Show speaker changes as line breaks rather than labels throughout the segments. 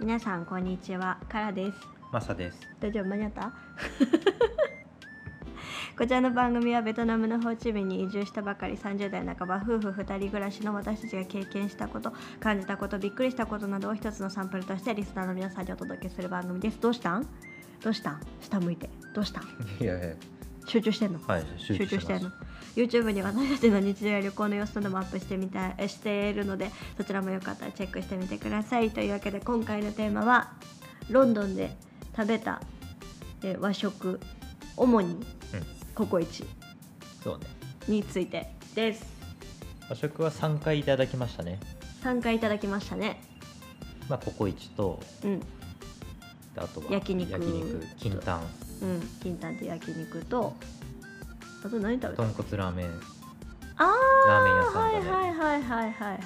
皆さんこんにちはカラです
マサです。
大丈夫間に合った こちらの番組はベトナムのホーチミンに移住したばかり30代半ば夫婦2人暮らしの私たちが経験したこと感じたことびっくりしたことなどを一つのサンプルとしてリスナーの皆さんにお届けする番組ですどうしたんどうしたん下向いてどうしたん
いやいや、
集中してんの
はい、
集中してるの YouTube に私たちの日常や旅行の様子などもアップしてみたえしているのでそちらもよかったらチェックしてみてくださいというわけで今回のテーマはロンドンで食べたえ和食主にココイチ
そうね。
についてです
和食は三回いただきましたね。
参加いただきましたね
まあココイチと
うん
あとは
焼肉
焼肉、金丹、
うん金丹で焼肉とあと何食べた
豚骨ラーメン、
あ
ラーメン
あ
屋さ
はい
んがね。
はいはいはいはいはい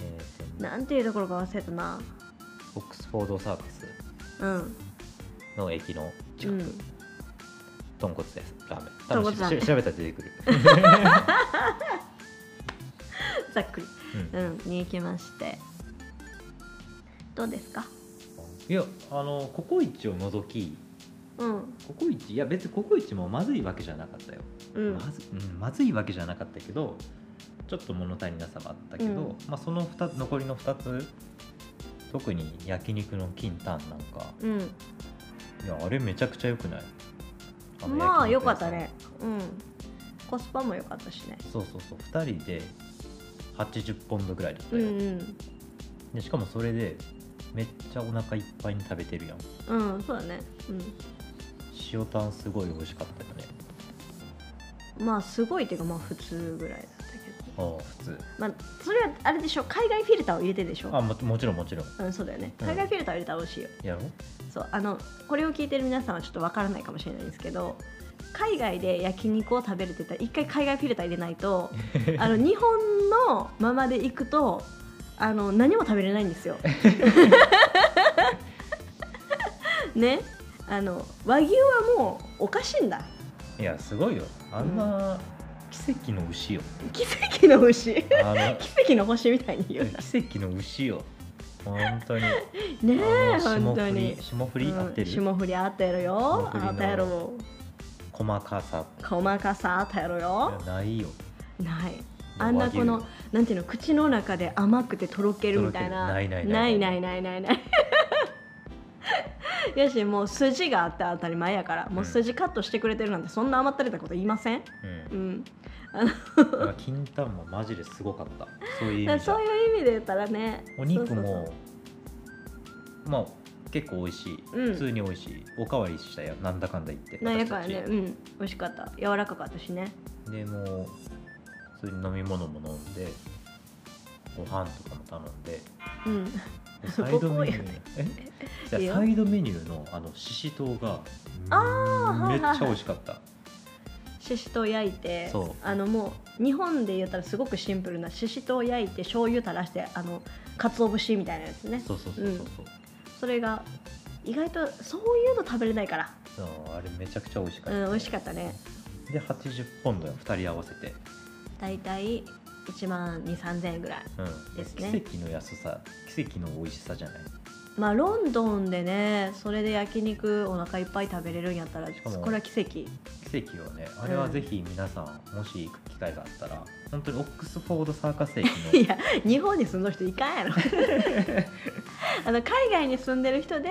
えーと
なんていうところか忘れたな
オックスフォードサーカス
うん
の駅の
う
近く、
ん
豚骨ですラーメン。
豚骨ラーメン
し調べたら出 てくる。
ざっくり
うん
うん、に行きましてどうですか
いやあのココイチを除き
うん
ココイチいや別にココイチもまずいわけじゃなかったよ、
うん
まずうん、まずいわけじゃなかったけどちょっと物足りなさはあったけど、
うん
まあ、その2つ残りの2つ特に焼肉の金丹なんか
うん
いやあれめちゃくちゃ良くないの
まあ
焼
よ
肉
か
のや
っ
つ
たねうんコスパも良かったしね
そうそうそう2人で80ポンドぐらいだった
うん
よ、
うん
でしかもそれでめっちゃお腹いっぱいに食べてるやん
うんそうだね
塩タンすごい美味しかったよね
うんまあすごいっていうかまあ普通ぐらいだったけど
ああ普通
まあそれはあれでしょ海外フィルターを入れてでし
あ
ょ
ももちろんもちろん
うんそうだよね
うん
海外フィルターを入れたら美味しいよ
やろう
そうあのこれを聞いてる皆さんはちょっとわからないかもしれないですけど海外で焼肉を食べるって言ったら一回海外フィルター入れない とあの日本のままで行くとあの何も食べれないん ですよ。ねあの和牛はもうおかしいんだ
いやすごいよあんな奇跡の 牛よ、
奇跡の牛奇
あの
跡の星みたいに 言うな
奇跡の牛よ本当にね
ねえ本当に
霜降り合って
うん
る、
霜降り合ってるよ
霜降りの
あったやろ
細かさ
細かさあったやろよ
ないよ
ないあんなこのなんていうの口の中で甘くてとろけるみたいな
とろけるない
な
ないい
な
ないい
ないないない やしもう筋があって当たり前やからもう筋カットしてくれてるなんてそんな甘ったれたこと言いません
う
うんん
だから金丹もマジですごかったそういう意
だから
味じゃ
そういう意味で言ったらね
お肉
そう
も
そうそう
まあ結構美味しい、
うん
普通に美味しいおかわりしたよなんだかんだ言って
なんや
私
から
たち
ねうん美味しかった柔らかかったしね
でもう普通に飲み物も飲んでご飯とかも頼んで
うん
でサイドメニ ューえじゃあ
いいよ
サイドメニューのあのししとうが
ー
め
はいはい
っ
はい
ちゃ美味しかった、
ししとう焼いて
そう
あのもう日本で言ったらすごくシンプルなししとう焼いて醤油垂らしてあの鰹節みたいなやつね
そうそうそうそうそう
それが意外とそういうの食べれないから、
そうあれめちゃくちゃ美味しかった、
うん、美味しかったね
で80ポンドよ2人合わせて、
大体1万2 3 0 0 0円ぐらい
うん、
ですね
奇跡の安さ奇跡の美味しさじゃない
まあロンドンでねそれで焼肉お腹いっぱい食べれるんやったら
しかも
これは奇跡
奇跡よねあれはぜひ皆さん、もし行く機会があったら本当にオックスフォードサーカス駅の
いや日本に住んどる人いかんやろ あの海外に住んでる人で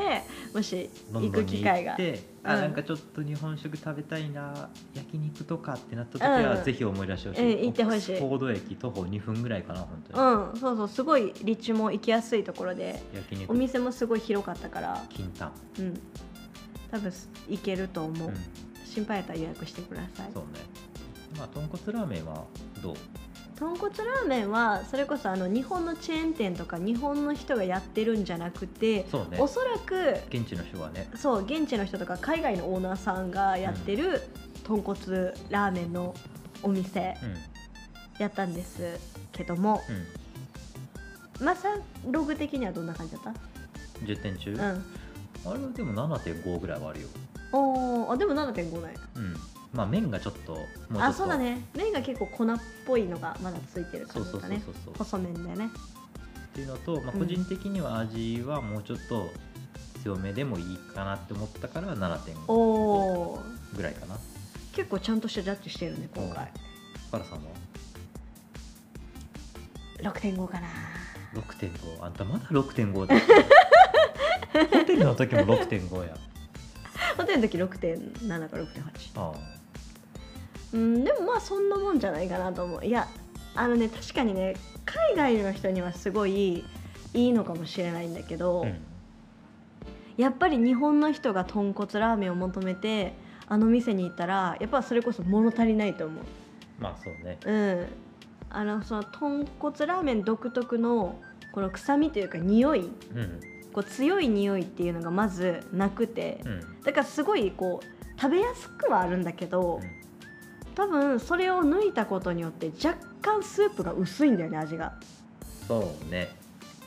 もし
ロン
行
ド
く
ンに
機
行
会が
って、
う
あ
ん
なんかちょっと日本食食べたいな焼肉とかってなった時は、
うん
ぜひ思い出してほし
う
い、
ん行ってほしい
オックスフォード駅徒歩2分ぐらいかな本当に、
うんそうそうすごい立地も行きやすいところで
焼肉
お店もすごい広かったから
金丹、
うん多分行けると思
う
う、
ん、
心配やったら予約してください
そうねまあ豚骨ラーメンはどう
豚骨ラーメンはそれこそあの日本のチェーン店とか日本の人がやってるんじゃなくて、
そうね
おそらく
現地の人はね
そう現地の人とか海外のオーナーさんがやってる豚骨ラーメンのお店
うん
やったんですけども、
う
まさログ的にはどんな感じだっ
ん10点中、
た、
あ
うん、
れはでも7.5ぐらいはあるよ
おーあでも7.5なんや
うんまあ麺がちょっともうちょっと
あそうだね麺が結構粉っぽいのがまだついてる
そ
感
う
じだっ
そう
た
そう
ね
そうそう
細麺でね
っていうのと、まあ、
うん
個人的には味はもうちょっと強めでもいいかなって思ったから
お
7.5
おー
ぐらいかな
結構ちゃんとしたジャッジしてるね今回
パラさんは
6.5かな
6.5あんたまだ6.5だホテルの時も6.5や
ホテルの時6.7か6.8
あ
うんでもまあそんなもんじゃないかなと思ういやあのね確かにね海外の人にはすごいいいのかもしれないんだけど、
あ、うん、
やっぱり日本の人が豚骨ラーメンを求めてあの店に行ったらやっぱそれこそ物足りないと思う
まあそうね
うんあのその豚骨ラーメン独特のこの臭みというか匂い
うん
こう強い匂いっていうのがまずなくて
うん
だからすごいこう食べやすくはあるんだけど、
うん
多分それを抜いたことによって若干スープが薄いんだよね味が
そうね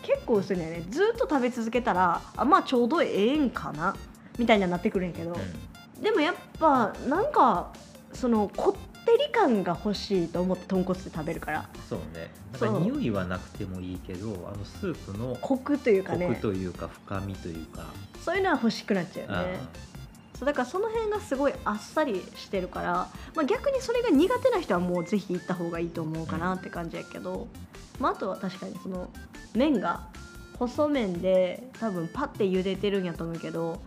結構薄いんだよねずっと食べ続けたらあまあちょうどええんかなみたいにはなってくるんやけど、
う
でもやっぱなんかそのこってり感が欲しいと思って豚骨で食べるから
んそうねなん
そ
か
う
匂いはなくてもいいけどあのスープの
コクというか
コ
ね
クというか深みというか、
そういうのは欲しくなっちゃうよね
あ
そうだからその辺がすごいあっさりしてるから、まあ、逆にそれが苦手な人はもうぜひ行った方がいいと思うかなって感じやけど、まあ、あとは確かにその麺が細麺で多分パッて茹でてるんやと思うけど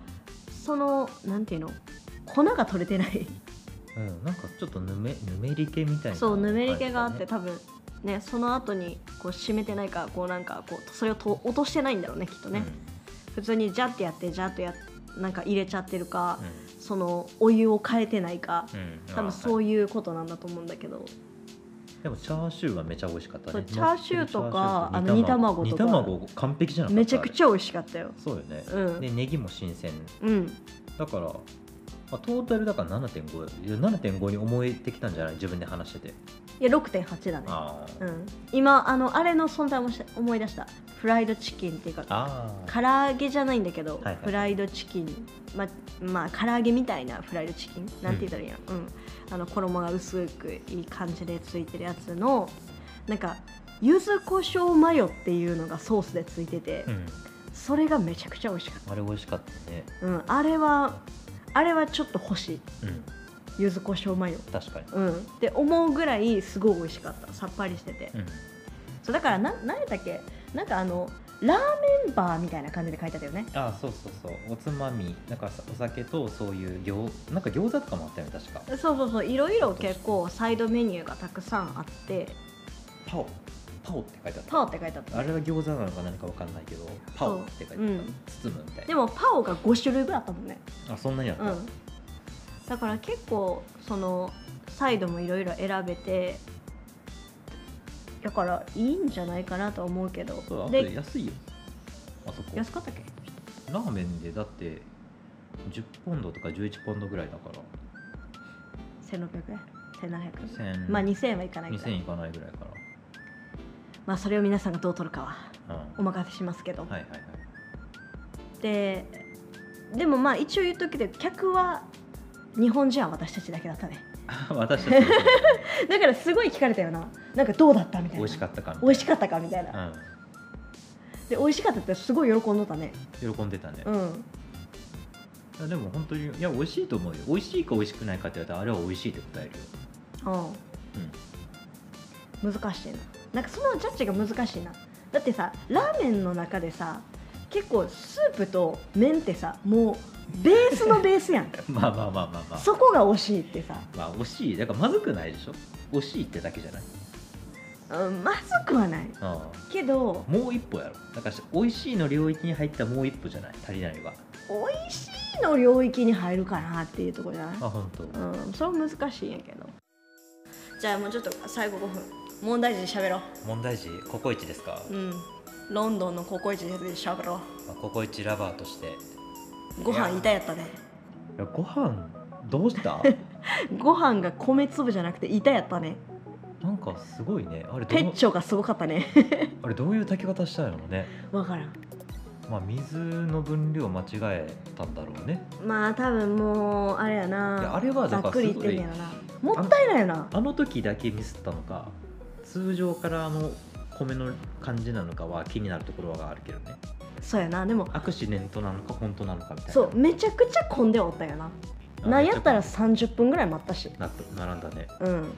そのなんていうの粉が取れてない
ーうん、なんかちょっとぬめぬめり気みたいな
そうぬめり気があって多
感
分ねその後にこう締めてないからこうなんかこうそれをと落としてないんだろうねきっと
じだ
ね、普通にジャってやってジャっとやなんか入れちゃってるか、
う
そのお湯を変えてないか
んうんうん
多分そ
あは
ういうことなんだと思うんだけど
いでもチャーシューはめちゃ美味しかった
そ
ね
うチャーシューとか
乗って
あの
る
煮
チャーシュ
卵と
ー
か
煮卵完璧じゃなかった
めちゃくち
ゃ
ゃ美味しかったよ
そうよね、
うん
でネギも新鮮
うん
だから、まあ、トータルだから7.5いや7.5に思えてきたんじゃない自分で話してて
いや6.8だね
あー、
うん今あのあれの存在もし思い出したフライドチキンっていうか
あー
唐揚げじゃないんだけど、
はいはい
フライドチキンままあ唐揚げみたいなフライドチキンなんて言ったらいいの,、うんあの衣が薄くいい感じでついてるやつのなんか柚子胡椒マヨっていうのがソースでついてて、
うん
それがめちゃくちゃ美味しかっ
あれ美味しかったね
た、うん、あれはあれはちょっと欲しい
うん
柚子胡椒マヨ
確かに
うんって思うぐらいすごい美味しかったさっぱりしてて、
うん
そうだからな何やったっけなんかあのラーメンバーみたいな感じで書いてあったよね
あーそうそうそうおつまみなんかさお酒とそういう餃なんか餃子とかもあったよね確か
そうそうそういろいろ結構サイドメニューがたくさんあって
パオパオって書いてあった
パオって書いてあった
あれは餃子なのか何か分かんないけどパオって書いてあった、
そううん
包むみたいな
でもパオが5種類ぐらいあったもんね
あそんなにあった、
う
うん
んだから結構そのサイドもいろいろ選べてだからいいんじゃないかなとは思うけど
そうあと
で
安いよあそこ
安かったっけ
ラーメンでだって10ポンドとか11ポンドぐらいだから
1600円1700円
1000、
まあ2000円はいかないから
2000いかないぐらいか
まあそれを皆さんがどう取るかは
ら、うん、
お任せしますけど、
はいはいはい
ででもまあ一応言っとくけど客は日本人は私たちだけだったね
あ私たちのこと
だからすごい聞かれたよななんかどうだったみたいな
美味しかったか
美味しか
っ
ったかみたいな、
うん
で美味しかったってすごい喜んどったね
喜んでたね
う、ん
いやでも本当にいや美味しいと思うよ美味しいか美味しくないかって言われたらあれは美味しいって答えるよ、
うん、難しいななんかそのジャッジが難しいなだってさラーメンの中でさ結構スープと麺ってさもうベースのベースやん
うん、まあまあまあま あまあ
そこが惜しいってさ、
まあ惜しいだからまずくないでしょ惜しいってだけじゃない、
うん、まずくはないけど
うん、もう一歩やろだからし美味しいの領域に入ったもう一歩じゃない足りないは
美味しいの領域に入るかなっていうところじゃない
あ本当。
うんそれは難しいんやけどじゃあもうちょっと最後5分問題児で喋ろ
問題児ココイチですか、
ううんロンドンのココイチで喋ろ
まあココイチラバーとしていう
ご飯痛いやったね
やご飯どうした
ご飯が米粒じゃなくて板やったね
なんかすごいねあれど
ペッ
の
チョがすごかったね
あれどういう炊き方したんやろうね
わからん
まあ水の分量間違えたんだろうね
まあ多分もうあれや
いや
な
あれは
ざ
だ
っ
から
く
す
り言っ
ご
てん
い
やろなもったいないよな
あの時だけミスったのか通常からあの米の感じなのかは気になるところはあるけどね
そうやなでも
アクシデントなのか本当なのかみたいな
そうめちゃくちゃ混んでおったよな
あ
なんやったら
めち
30分ぐらい待ったし
ゃなった並んだね
うん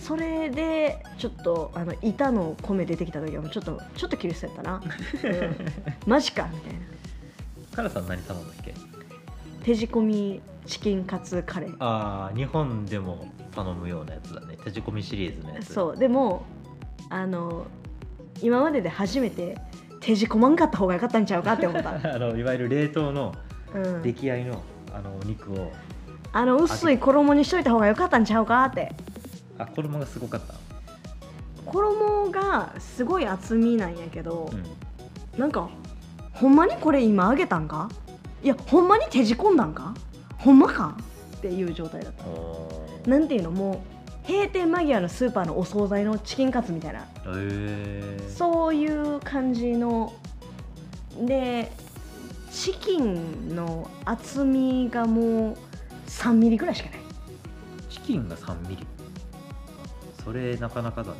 それでちょっとあの板の米出てきた時はもうちょっとちょっと切れてたやったな、うん、マジかみたいな
カラさん何頼んだっけ
手仕込みチキンカツカレー
ああ日本でも頼むようなやつだね手仕込みシリーズのやつ
そうでもあの今までで初めて手仕込まんかった方が良かったんちゃうかって思っ た、
あのいわゆる冷凍の
うん
出来合いのあのお肉を
あの薄い衣にしといた方が良かったんちゃうかって
あ衣がすごかった、
衣がすごい厚みなんやけど、
うん、
なんかほんまにこれ今揚げたんかいやほんまに手仕込んだんかほんまかっていう状態だった
おー
なんていうのもう閉店間際のスーパーのお惣菜のチキンカツみたいな
へえ
そういう感じのでチキンの厚みがもう3ミリぐらいしかない
チキンが3ミリそれなかなかだね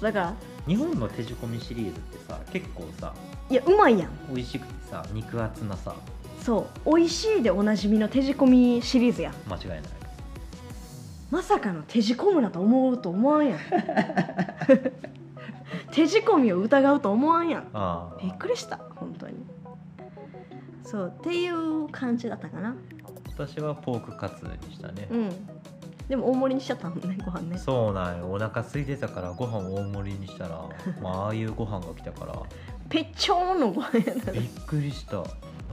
だから
日本の手仕込みシリーズってさ結構さ
いやうまいやん
美味しくてさ肉厚なさ
そう美味しいでおなじみの手仕込みシリーズやん
間違いない
まさかの手仕込むなと思うと思わん やん手仕込みを疑うと思わんやん
あ
びっくりした本当にそうっていう感じだったかな
私はポークカツにしたね、
うんでも大盛りにしちゃったもんねご飯ね
そうなんよお腹空いてたからご飯を大盛りにしたら、 まあ、ああいうご飯が来たから
ぺっちょーんのご飯やった
び
ね
っくりした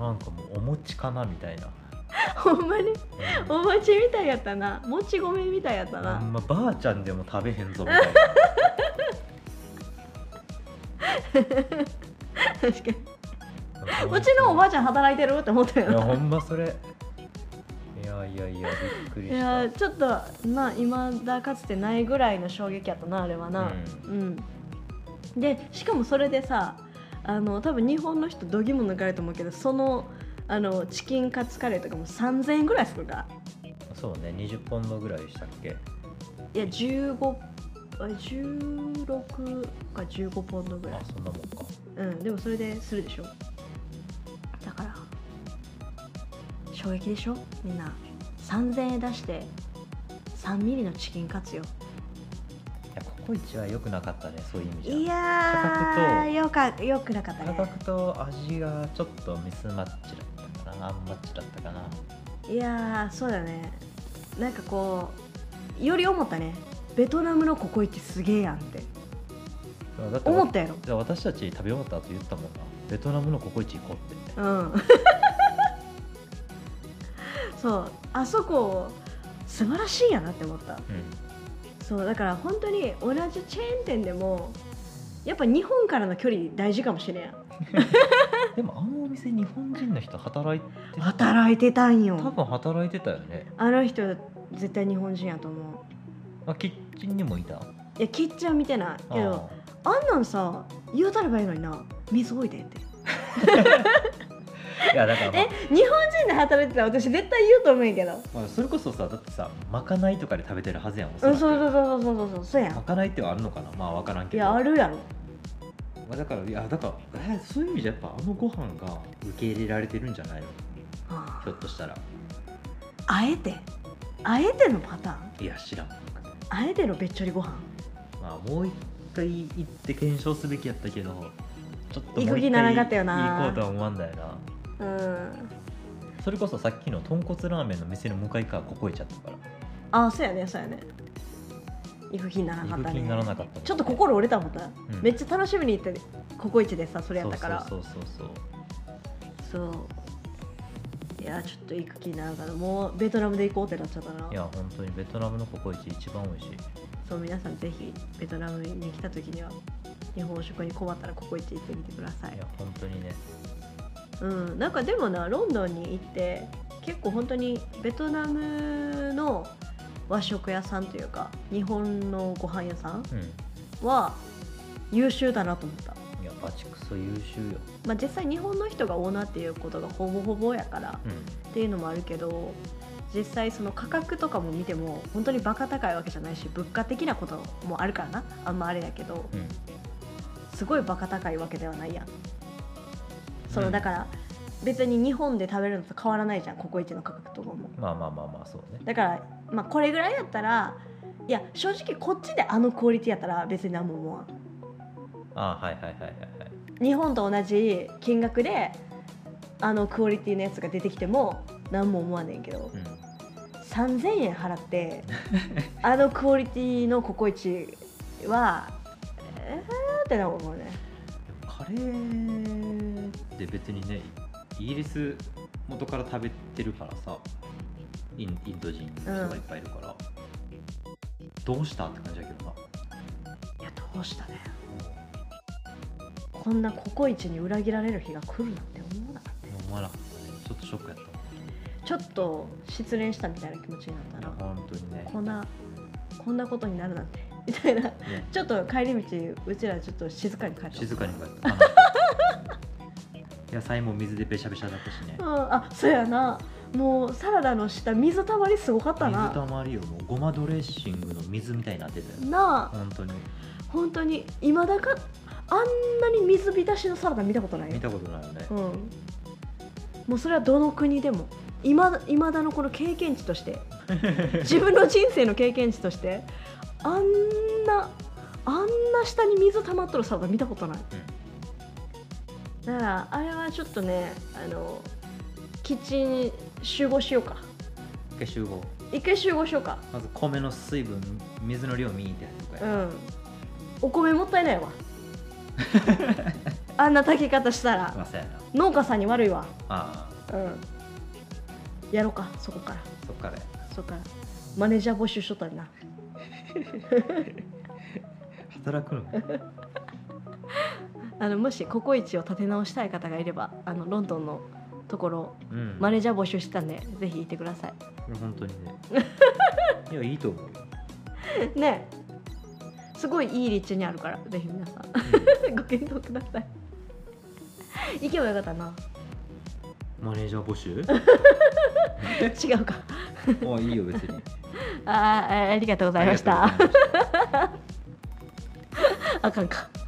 なんかもうお餅かなみたいな、
ほんまに
う
お
ん
餅みたいやったなもち米みたいやった
ほん
な
まばあちゃんでも食べへんぞみたいな
確かにうちのおばあちゃん働いてるって思った
いや
よ
ほんまそれいやいやいやびっくり
い
した
やちょっとないまだかつてないぐらいの衝撃やったなあれはな、うん、でしかもそれでさあの多分日本の人どぎも抜かれると思うけどそのあのチキンカツカレーとかも3000円ぐらいするから
うん、そうね20ポンドぐらいしたっけ
いや15あ16か15ポンドぐら
あ
い、
そんなもんか
うん、でもそれでするでしょだから衝撃でしょみんな3000円出して3ミリのチキンカツよ
いやココイチは良くなかったねそういう意味じゃ
いやーよかよくなかった
価
ね
格と味がちょっとミスマッチだったかなアンマッチだったかない
やーそうだねなんかこうより思ったねベトナムのココイチすげえやんって
だって
思ったやろ
じゃあ私たち食べ終わった後言ったもんなベトナムのココイチ行こうって
うん そうあそこ素晴らしいんやなって思った
う
そうだから本当に同じチェーン店でもやっぱ日本からの距離大事かもしれんやん
んでもあのお店日本人の人働いてた
働いてたん
多
よ
分働いてたよね
あの人絶対日本人やと思う
あキッチンにもいた
いやキッチンは見てないけどあんなんさ言うたればいいのにな水置いてんって
あーいやだから、まあ
え日本人で働いてたら私絶対言うと思うんやけど
まあ、それこそさだってさまかないとかで食べてるはずやんおそ
うん
ら
そう
く
そうそうそうそうそうそうや
ま
ん
かないってはあるのかなまあ分からん
い
けど
やあるやろ
まあ、だからいやだから、えーそういう意味じゃやっぱあのご飯が受け入れられてるんじゃないの
あ
ひょっとしたら
えてあえてのパターン
いや知らん、ま
あえてのべっちょりご飯
あ、もう一回行って検証すべきやったけどちょっと
行
もう
く気
一回
ならんかったよな
行こうとは思わんだよな
うん
それこそさっきの豚骨ラーメンの店の向かいからここ行っちゃったから
あそうやねそうやね行く気にならなかっ
行く
た
気
ね
にならなかった、
ちょっと心折れたもんな、
うん
めっちゃ楽しみに行ってココイチでさそれやったから
そうそうそうそう
そういやちょっと行く気にならんかったもうベトナムで行こうってなっちゃったない
や本当にベトナムのココイチ一番美味しい
そう皆さんぜひベトナムに来た時には日本食に困ったらココイチ行ってみてください
いや本当にね
うん、なんかでもなロンドンに行って結構本当にベトナムの和食屋さんというか日本のご飯屋さん
うん
は優秀だなと思った、
いやバチクソ優秀よ、
まあ、実際日本の人がオーナーっていうことがほぼほぼやから
うん、
っていうのもあるけど実際その価格とかも見ても本当にバカ高いわけじゃないし物価的なこともあるからなあんまあれやけど
うん
すごいバカ高いわけではないやんその
うん
だから別に日本で食べるのと変わらないじゃんココイチの価格とかも
まあまあまあまあそうね
だからまあこれぐらいやったらいや正直こっちであのクオリティやったら別に何も思わん
ああはいはいはいはいはい
日本と同じ金額であのクオリティのやつが出てきても何も思わねんけど
うん
3000円払って あのクオリティのココイチはえーってなるもんね
でもカレーって別にねイギリス元から食べてるからさインインド人の人がいっぱいいるから、どうしたって感じだけどない
やどうしたねこんなココイチに裏切られる日が来るなんて思わなかっ
思わなかったねちょっとショックやった
たちょっと失恋したみたいな気持ちになった
いや
な
本当にね
こんなこんなことになるなんて みたいな
ね
ちょっと帰り道うちらちょっと静かに帰った
静かにこうやって話 して野菜も水でべしゃべしゃだったしね
うん、あそうやなもうサラダの下水たまりすごかった
水
な
たまりよもうごまドレッシングの水みたいになってたよ
なあ
本当に
本当に今だかあんなに水浸しのサラダ見たことないよ
見たことないよね
うん、もうそれはどの国でもいまだのこの経験値と して自分の人生の経験値としてあんなあんな下に水溜まっとるサラダ見たことない、だからあれはちょっとねあのキッチン集合しようか
一回集合
一回集合しようか
まず米の水分水の量見に行ってやるとか
う
や、
んお米もったいない わあんな炊き方した
まあ
ら
そうやな
農家さんに悪いわ
ああ
うんやろうかそこから
そっからや
そこからマネージャー募集しとったりな
働くの
あのもしココイチを立て直したい方がいればあのロンドンのところ
うん
マネージャー募集してたんでぜひ行ってくださ
これ本 当にねいやいいと思うよ、
いねえすごいいい立地にあるからぜひ皆さん ご検討ください行けばよかったな
うんマネージャー募 集
違うか
ああいいよ 別に
あーありがとうございました
ありがとうございました
あかんか